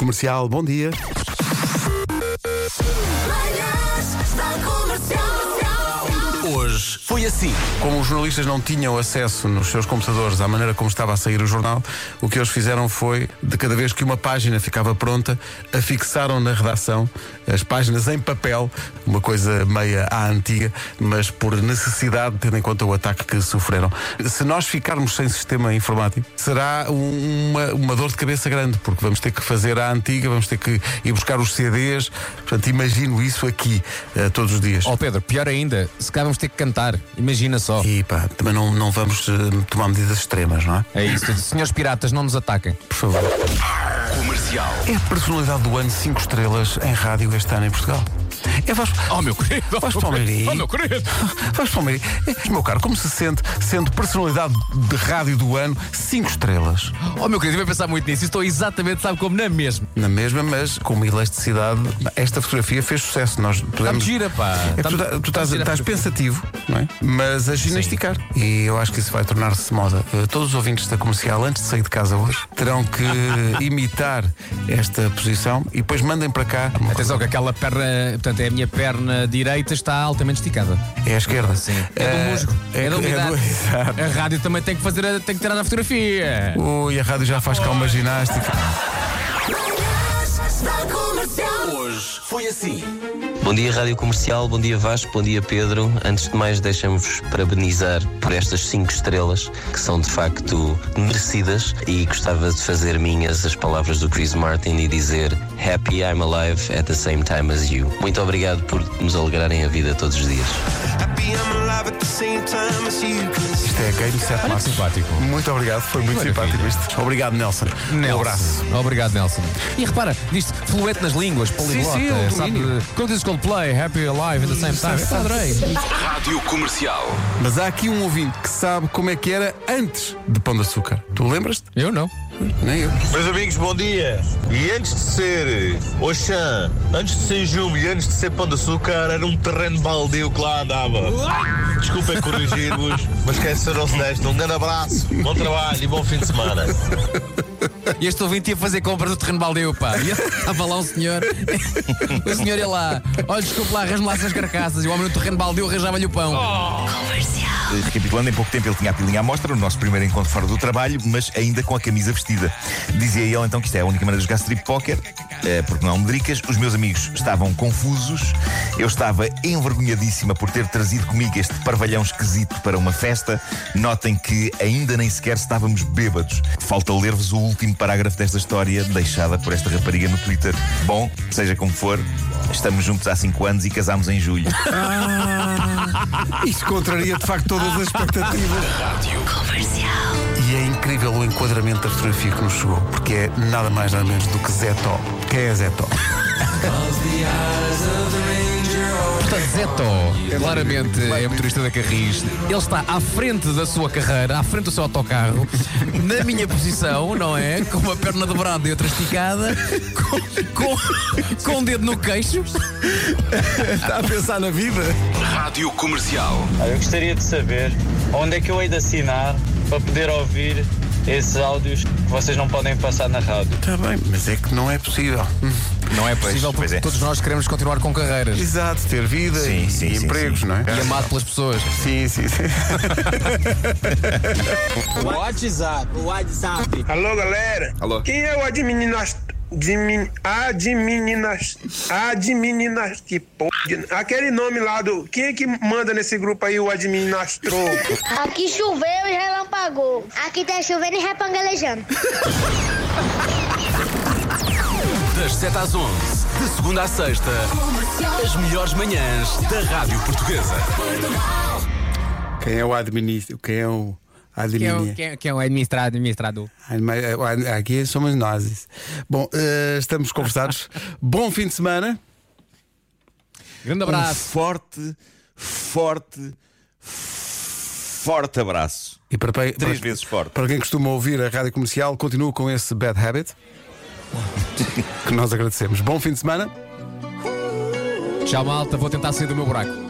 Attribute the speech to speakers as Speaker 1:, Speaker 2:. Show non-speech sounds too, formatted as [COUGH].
Speaker 1: Comercial, bom dia. Hoje foi assim. Como os jornalistas não tinham acesso nos seus computadores à maneira como estava a sair o jornal, o que eles fizeram foi, de cada vez que uma página ficava pronta, afixaram na redação as páginas em papel, uma coisa meia à antiga, mas por necessidade, tendo em conta o ataque que sofreram. Se nós ficarmos sem sistema informático, será um- uma, uma dor de cabeça grande, porque vamos ter que fazer à antiga, vamos ter que ir buscar os CDs. Portanto, imagino isso aqui eh, todos os dias.
Speaker 2: Ó Oh, Pedro, pior ainda, se calhar vamos ter que cantar, imagina só.
Speaker 1: E pá, também não, não vamos eh, tomar medidas extremas, não é?
Speaker 2: É isso, senhores piratas, não nos ataquem.
Speaker 1: Por favor.
Speaker 3: Comercial.
Speaker 1: É a personalidade do ano 5 estrelas em rádio este ano em Portugal. É Vasco.
Speaker 2: Oh meu querido,
Speaker 1: Vasco Palmeirinho.
Speaker 2: querido.
Speaker 1: [LAUGHS] Vasco Palmeirinho. É, Meu caro, como se sente sendo personalidade de rádio do ano 5 estrelas?
Speaker 2: Oh meu querido, eu ia pensar muito nisso, estou exatamente, sabe como, na mesma.
Speaker 1: Na mesma, mas com uma elasticidade. Esta fotografia fez sucesso. Nós
Speaker 2: Está-me
Speaker 1: podemos.
Speaker 2: gira, pá.
Speaker 1: É que tu,
Speaker 2: Está-me-
Speaker 1: tá- tu
Speaker 2: está-me
Speaker 1: estás,
Speaker 2: gira.
Speaker 1: estás pensativo, não é? mas a ginasticar. E eu acho que isso vai tornar-se moda. Eh, Todos os ouvintes da comercial, antes de sair de casa hoje, terão que
Speaker 2: [LAUGHS]
Speaker 1: imitar esta posição e depois mandem para cá. Uma
Speaker 2: Atenção que aquela perna, portanto, é a minha perna direita está altamente esticada.
Speaker 1: É a esquerda.
Speaker 2: É do
Speaker 1: Eh,
Speaker 2: musgo, é, da umidade. [LAUGHS]
Speaker 1: do- [LAUGHS] exato.
Speaker 2: a rádio também tem que fazer, a- tem que tirar a fotografia.
Speaker 1: Ui, a rádio já faz cá uma ginástica.
Speaker 3: Hoje foi assim.
Speaker 4: Bom dia, Rádio Comercial, bom dia Vasco, bom dia Pedro. Antes de mais, deixamos-vos parabenizar por estas cinco estrelas, que são de facto merecidas, e gostava de fazer minhas as palavras do Chris Martin e dizer Happy I'm alive at the same time as you. Muito obrigado por nos alegrarem a vida todos os dias.
Speaker 5: Happy I'm alive at the same time as you.
Speaker 1: Isto é Game 7 Marcos.
Speaker 2: simpático.
Speaker 1: Muito obrigado, foi muito
Speaker 2: Maravilha.
Speaker 1: simpático isto. Obrigado, Nelson.
Speaker 2: Nelson.
Speaker 1: Um abraço.
Speaker 2: Obrigado, Nelson. E repara, diz-te fluente nas línguas, poliglota,
Speaker 1: sim, o
Speaker 2: sabe?
Speaker 1: domínio.
Speaker 2: Como diz Coldplay, Happy Alive at the same time. Epá, Adorei.
Speaker 3: Rádio Comercial.
Speaker 1: Mas há aqui um ouvinte que sabe como é que era antes de Pão de Açúcar. Tu lembras-te?
Speaker 2: Eu não.
Speaker 1: Nem eu.
Speaker 6: Meus amigos, bom dia. E antes de ser Oxã, antes de ser Júlio e antes de ser Pão de Açúcar, era um terreno baldio que lá andava. Desculpem corrigir-vos, mas quem serão-se desta? Um grande abraço, bom trabalho e bom fim de semana.
Speaker 2: E este ouvinte ia fazer compras do terreno baldeu, pá. E estava lá um senhor. [LAUGHS] o senhor ia lá. Olha, desculpa lá, arranja-me lá essas carcaças. E o homem no terreno baldeu arranjava-lhe o pão.
Speaker 7: Recapitulando, em pouco tempo ele tinha a pilinha à mostra, o nosso primeiro encontro fora do trabalho, mas ainda com a camisa vestida. Dizia ele então que isto é a única maneira de jogar strip poker, eh, porque não há medricas. Os meus amigos estavam confusos, eu estava envergonhadíssima por ter trazido comigo este parvalhão esquisito para uma festa. Notem que ainda nem sequer estávamos bêbados. Falta ler-vos o último parágrafo desta história deixada por esta rapariga no Twitter. Bom, seja como for, estamos juntos há 5 anos e casámos em julho.
Speaker 1: Isto contraria de facto todas as expectativas. E é incrível o enquadramento da fotografia que nos chegou, porque é nada mais nada menos do que Zé Tó. Quem é Zé [LAUGHS] Tó?
Speaker 2: Portanto, Zeto, claramente é motorista da Carris. Ele está à frente da sua carreira, à frente do seu autocarro, na minha posição, não é? Com uma perna dobrada e outra esticada, com, com, com um dedo no queixo.
Speaker 1: Está a pensar na vida?
Speaker 3: Rádio Comercial.
Speaker 8: Ah, Eu gostaria de saber onde é que eu hei de assinar para poder ouvir esses áudios que vocês não podem passar na rádio.
Speaker 1: Está bem, mas é que não é possível.
Speaker 7: [LAUGHS] Não é
Speaker 2: Possível,
Speaker 7: pois
Speaker 2: porque
Speaker 7: é.
Speaker 2: todos nós queremos continuar com carreiras.
Speaker 1: Exato, ter vida
Speaker 7: Sim,
Speaker 1: e,
Speaker 7: sim,
Speaker 1: e
Speaker 7: sim,
Speaker 1: empregos,
Speaker 7: sim.
Speaker 1: não é?
Speaker 2: E amado pelas pessoas.
Speaker 1: Sim, sim, [LAUGHS] sim.
Speaker 9: Alô, galera.
Speaker 3: Alô.
Speaker 9: Quem é o admininas... Admin... Admininas... Admininas... Que porra. de- Aquele nome lá do... Quem é que manda nesse grupo aí o administroco?
Speaker 10: Aqui choveu e relampagou. Aqui tá chovendo e repangalejando.
Speaker 3: Das 7 às 11, de segunda à sexta, as melhores manhãs da Rádio Portuguesa.
Speaker 1: Quem é o administrador? Quem é o administrador?
Speaker 2: que é um administrado, administrador.
Speaker 1: Aqui somos nós. Bom, eh, estamos
Speaker 2: [LAUGHS]
Speaker 1: conversados. Bom fim de semana.
Speaker 2: Grande
Speaker 7: Um
Speaker 2: abraço.
Speaker 7: forte, forte, forte abraço.
Speaker 1: E para, para-
Speaker 7: Três
Speaker 1: para-
Speaker 7: vezes forte.
Speaker 1: Para quem costuma ouvir a rádio comercial, continua com esse bad [LAUGHS] habit. que nós agradecemos. Bom fim de semana.
Speaker 2: Tchau, malta. Vou tentar sair do meu buraco.